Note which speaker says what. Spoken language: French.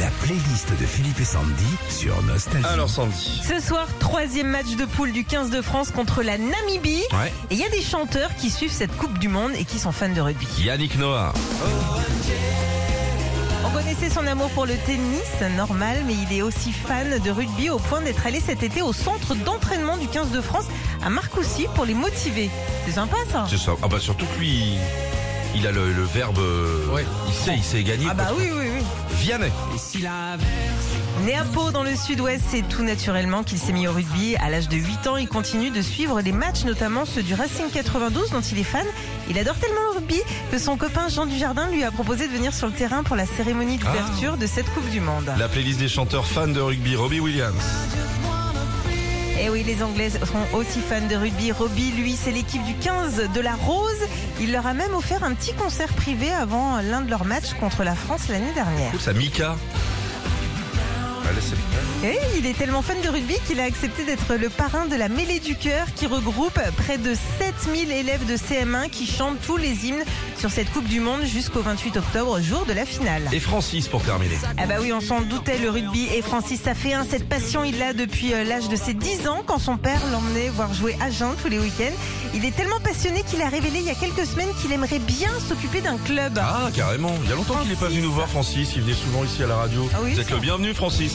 Speaker 1: la playlist de Philippe et Sandy sur Nostalgie.
Speaker 2: Alors Sandy.
Speaker 3: Ce soir, troisième match de poule du 15 de France contre la Namibie.
Speaker 2: Ouais.
Speaker 3: Et il y a des chanteurs qui suivent cette Coupe du Monde et qui sont fans de rugby.
Speaker 2: Yannick Noah.
Speaker 3: On connaissait son amour pour le tennis, normal, mais il est aussi fan de rugby au point d'être allé cet été au centre d'entraînement du 15 de France à Marcoussis pour les motiver. C'est sympa ça
Speaker 2: C'est ça. Ah bah surtout que lui, il a le, le verbe. euh,
Speaker 4: Ouais.
Speaker 2: Il sait, il sait gagner.
Speaker 3: Ah bah oui, oui, oui.
Speaker 2: Vianney.
Speaker 3: Né à Pau dans le sud-ouest, c'est tout naturellement qu'il s'est mis au rugby. À l'âge de 8 ans, il continue de suivre les matchs, notamment ceux du Racing 92 dont il est fan. Il adore tellement le rugby que son copain Jean Dujardin lui a proposé de venir sur le terrain pour la cérémonie d'ouverture de cette Coupe du Monde.
Speaker 2: La playlist des chanteurs fans de rugby, Robbie Williams.
Speaker 3: Et Eh oui, les Anglais sont aussi fans de rugby. Robbie, lui, c'est l'équipe du 15 de la Rose. Il leur a même offert un petit concert privé avant l'un de leurs matchs contre la France l'année dernière.
Speaker 2: Écoute ça, Mika. Allez, c'est-
Speaker 3: Et Eh, il est tellement fan de rugby qu'il a accepté d'être le parrain de la Mêlée du Cœur qui regroupe près de 7000 élèves de CM1 qui chantent tous les hymnes sur cette Coupe du Monde jusqu'au 28 octobre, jour de la finale.
Speaker 2: Et Francis pour terminer.
Speaker 3: Ah bah oui, on s'en doutait, le rugby et Francis ça fait un. Cette passion, il l'a depuis euh, l'âge de ses 10 ans quand son père l'emmenait voir jouer à Jeun tous les week-ends. Il est tellement passionné qu'il a révélé il y a quelques semaines qu'il aimerait bien s'occuper d'un club.
Speaker 2: Ah carrément. Il y a longtemps qu'il n'est pas venu nous voir, Francis. Il venait souvent ici à la radio.
Speaker 3: Ah oui,
Speaker 2: Vous êtes
Speaker 3: ça.
Speaker 2: le bienvenu, Francis.